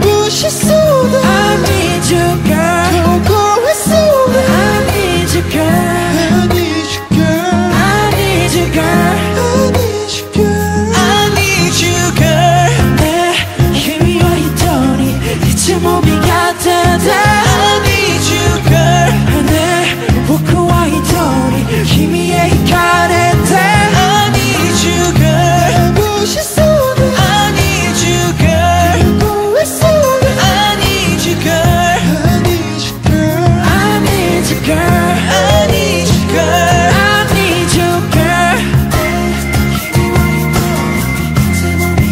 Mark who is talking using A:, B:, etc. A: precious